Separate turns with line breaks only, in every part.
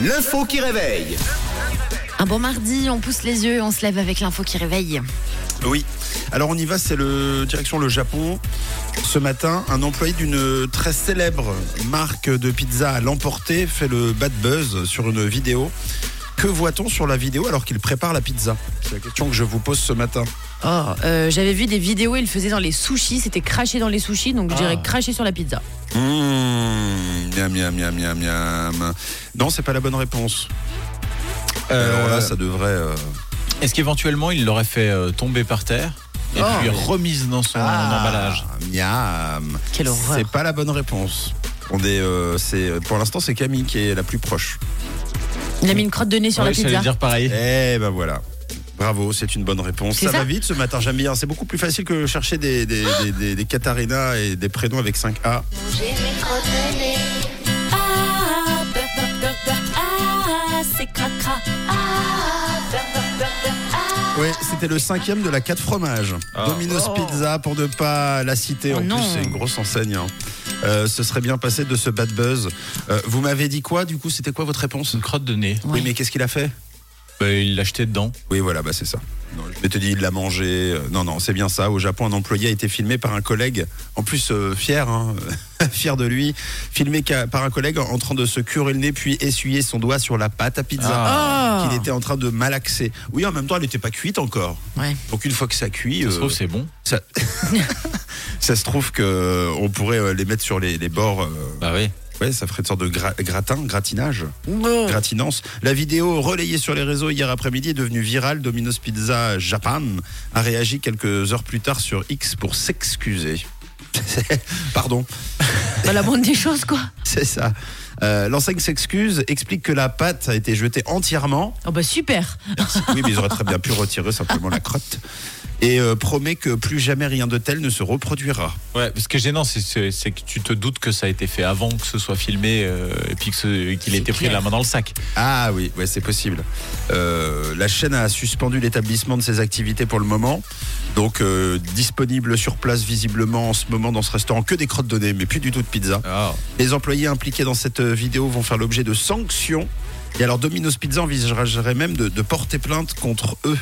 L'info qui réveille.
Un bon mardi, on pousse les yeux, on se lève avec l'info qui réveille.
Oui. Alors on y va, c'est le direction le Japon. Ce matin, un employé d'une très célèbre marque de pizza à l'emporter fait le bad buzz sur une vidéo. Que voit-on sur la vidéo alors qu'il prépare la pizza C'est la question que je vous pose ce matin.
Oh, euh, j'avais vu des vidéos, il le faisait dans les sushis, c'était craché dans les sushis, donc je dirais
Ah.
craché sur la pizza.
Mmh, miam miam miam miam miam. Non, c'est pas la bonne réponse. Alors là, ça devrait. euh,
Euh, Est-ce qu'éventuellement il l'aurait fait euh, tomber par terre et
Oh.
puis remise dans son emballage
Ah, Miam.
Quelle horreur.
C'est pas la bonne réponse. On est, euh, c'est, pour l'instant, c'est Camille qui est la plus proche.
Il a mis une crotte de nez sur
Ouais,
la
J'allais
pizza.
dire pareil.
Eh ben voilà. Bravo, c'est une bonne réponse.
C'est
Ça,
ça
va vite ce matin, j'aime bien. C'est beaucoup plus facile que chercher des, des, des- des- des Katharina et des prénoms avec 5 A.
J'ai mes crottes de nez. Ah, beurre, beurre, beurre, beurre. Ah, c'est cracra. Ah, beurre, beurre, beurre, beurre. Ah,
Oui, c'était le cinquième de la 4 fromages. Domino's Pizza, pour ne pas la citer.
Oh
en
non.
plus, c'est une grosse enseigne. hein. Euh, ce serait bien passé de ce bad buzz. Euh, vous m'avez dit quoi du coup C'était quoi votre réponse
Une crotte de nez.
Oui, mais qu'est-ce qu'il a fait
Bah, il l'a jeté dedans.
Oui, voilà, bah c'est ça. Non, je te dit, il l'a mangé. Euh, Non, non, c'est bien ça. Au Japon, un employé a été filmé par un collègue, en plus euh, fier, hein, fier de lui, filmé ca- par un collègue en train de se curer le nez puis essuyer son doigt sur la pâte à pizza
Ah.
qu'il était en train de malaxer. Oui, en même temps, elle n'était pas cuite encore.
Ouais.
Donc une fois que ça cuit,
Je trouve
euh,
c'est bon.
ça... ça se trouve que euh, on pourrait euh, les mettre sur les, les bords. euh,
Bah oui.
Ouais, ça ferait une sorte de gra- gratin, gratinage
Oh.
gratinance. La vidéo relayée sur les réseaux hier après-midi est devenue virale. Domino's Pizza Japan a réagi quelques heures plus tard sur X pour s'excuser. Pardon,
Pas bah, la moindre des choses, quoi.
c'est ça. Euh, L'enseigne s'excuse, explique que la pâte a été jetée entièrement.
Oh bah super.
Oui, mais ils auraient très bien pu retirer simplement la crotte. Et euh, promet que plus jamais rien de tel ne se reproduira.
Ouais, parce que gênant, c'est- c'est c'est que tu te doutes que ça a été fait avant que ce soit filmé euh, et puis que ce- qu'il ait
C'est
été pris
clair.
la main dans le sac.
Ah oui, ouais, c'est possible. Euh, la chaîne a suspendu l'établissement de ses activités pour le moment. Donc euh, disponible sur place visiblement en ce moment dans ce restaurant que des crottes de nez, mais plus du tout de pizza. Les employés impliqués dans cette euh, vidéo vont faire l'objet de sanctions. Et alors Domino's Pizza envisagerait même de, de porter plainte contre eux.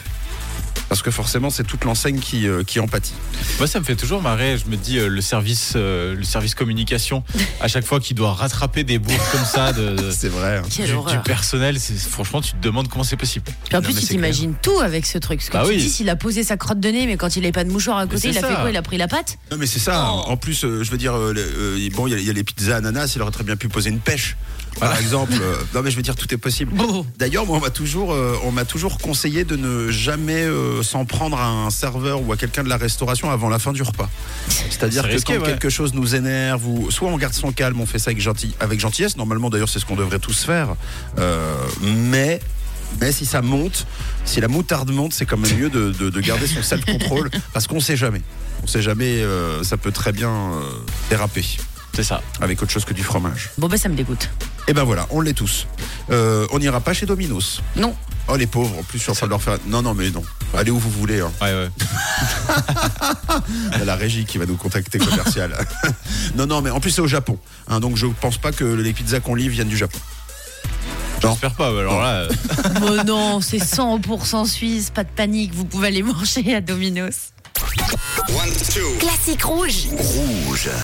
Parce que forcément, c'est toute l'enseigne qui, euh, qui en pâtit.
Moi, ça me fait toujours marrer. Je me dis, euh, le, service, euh, le service communication, à chaque fois qu'il doit rattraper des bourres comme ça de, de-
C'est vrai. hein.
du,
Quelle
du
horreur.
personnel, c'est- franchement, tu te demandes comment c'est possible.
Puis en
Non,
plus,
mais
il
c'est clair.
t'imagine tout avec ce truc. Parce que
Bah
tu
oui.
dis, s'il a posé sa crotte de nez, mais quand il n'avait pas de mouchoir à côté,
c'est
il a fait
ça.
quoi Il a pris la pâte
Non, mais c'est ça. En plus, euh, je veux dire, euh, les- euh, bon, il y a- il y, a les pizzas ananas, il aurait très bien pu poser une pêche. Par exemple, Euh, non mais je veux dire tout est possible.
Oh.
Bon.
D'ailleurs, moi on m'a toujours, euh, on m'a toujours conseillé de ne jamais euh, s'en prendre à un serveur ou à quelqu'un de la restauration avant la fin du repas. C'est-à-dire
C'est
que
risqué,
quand
ouais.
quelque chose nous énerve ou soit on garde son calme, on fait ça avec, gentil- avec gentillesse. Normalement, d'ailleurs, c'est ce qu'on devrait tous faire. Euh, mais mais si ça monte, si la moutarde monte, c'est quand même mieux de, de- de garder son self-control parce qu'on sait jamais. On sait jamais, euh, ça peut très bien euh, déraper
C'est ça.
avec autre chose que du fromage.
Bon bah ça me dégoûte.
Et ben voilà, on l'est tous. Euh, on n'ira pas chez Domino's.
Non.
Oh les pauvres, en plus je suis en train de leur faire. Non, non, mais non. Allez où vous voulez. hein.
Ouais, ouais.
Il y a la régie qui va nous contacter commercial. non, non, mais en plus c'est au Japon. hein, donc je pense pas que les pizzas qu'on livre viennent du Japon.
J'espère pas. mais Alors là. euh,
Bon non, c'est 100% suisse, pas de panique, vous pouvez aller manger à Domino's.
One, two.
Classique rouge.
Rouge.